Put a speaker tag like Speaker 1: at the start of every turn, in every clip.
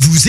Speaker 1: Vous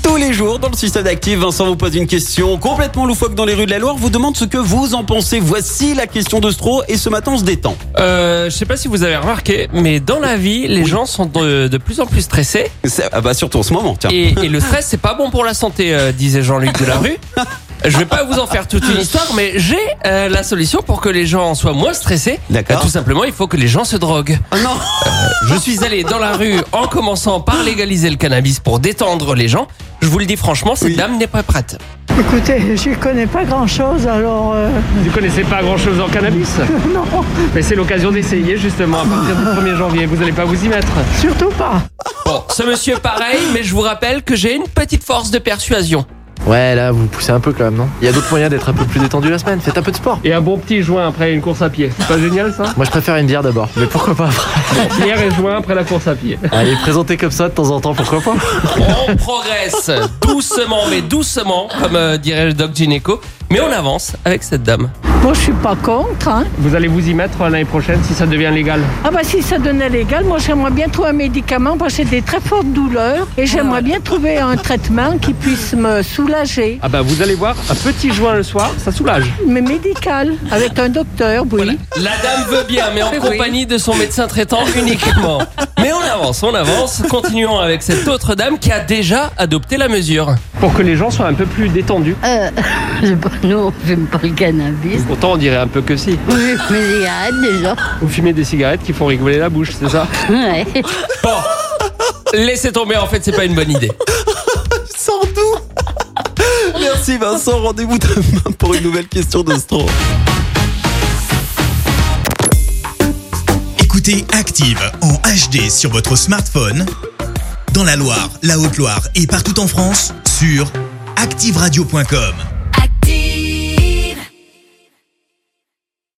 Speaker 2: Tous les jours, dans le système actif, Vincent vous pose une question complètement loufoque dans les rues de la Loire, vous demande ce que vous en pensez. Voici la question de Stro, et ce matin, on se détend.
Speaker 3: Euh, je sais pas si vous avez remarqué, mais dans la vie, les gens sont de, de plus en plus stressés.
Speaker 2: C'est- Ah bah, surtout en ce moment, tiens.
Speaker 3: Et, et le stress, c'est pas bon pour la santé, euh, disait Jean-Luc Delarue. Je vais pas vous en faire toute une histoire, mais j'ai euh, la solution pour que les gens soient moins stressés.
Speaker 2: D'accord.
Speaker 3: Euh, Tout simplement, il faut que les gens se droguent. Euh,
Speaker 2: Ah non
Speaker 3: Je suis allé dans la rue en commençant par légaliser le cannabis pour détendre les gens. Je vous le dis franchement, cette
Speaker 2: Oui.
Speaker 3: dame n'est pas prête.
Speaker 4: Écoutez, je connais pas grand-chose, alors euh,
Speaker 5: Vous connaissez pas grand chose en cannabis
Speaker 4: non,
Speaker 5: Mais c'est l'occasion d'essayer, justement, à partir du 1er janvier. Vous allez pas vous y mettre
Speaker 4: surtout pas.
Speaker 3: Bon, ce monsieur pareil, mais je vous rappelle que j'ai une petite force de persuasion.
Speaker 6: Ouais, là, vous poussez un peu quand même, non Il y a d'autres moyens d'être un peu plus détendu la semaine. Faites un peu de sport.
Speaker 5: Et un bon petit joint après une course à pied. C'est pas génial, ça
Speaker 6: Moi, je préfère une bière d'abord. Mais pourquoi pas après
Speaker 5: Hier et joint après la course à pied.
Speaker 6: Allez, présenter comme ça de temps en temps, pourquoi pas
Speaker 3: On progresse doucement, mais doucement, comme euh, dirait le doc Gineco. Mais on avance avec cette dame.
Speaker 4: Moi, je suis pas contre. Hein.
Speaker 5: Vous allez vous y mettre l'année prochaine si ça devient légal
Speaker 4: Ah bah si ça donnait légal, moi j'aimerais bien trouver un médicament parce que j'ai des très fortes douleurs et j'aimerais bien trouver un traitement qui puisse me soulager,
Speaker 5: Ah bah, vous allez voir, un petit joint le soir, ça soulage.
Speaker 4: mais médical, avec un docteur, oui.
Speaker 3: La dame veut bien, mais en
Speaker 7: Oui.
Speaker 3: compagnie de son médecin traitant uniquement. Mais on avance, on avance. Continuons avec cette autre dame qui a déjà adopté la mesure.
Speaker 5: Pour que les gens soient un peu plus détendus.
Speaker 8: Euh, je- non, j'aime pas le cannabis.
Speaker 5: Autant on dirait un peu que si.
Speaker 8: Oui, mais j'ai hâte déjà.
Speaker 5: Vous fumez des cigarettes qui font rigoler la bouche, c'est ça
Speaker 8: Ouais.
Speaker 3: Bon, laissez tomber, en fait, c'est pas une bonne idée.
Speaker 2: Sans doute Merci Vincent, rendez-vous demain pour une nouvelle question de Stro.
Speaker 1: Écoutez Active en HD sur votre smartphone, dans la Loire, la Haute-Loire et partout en France, sur activeradio.com.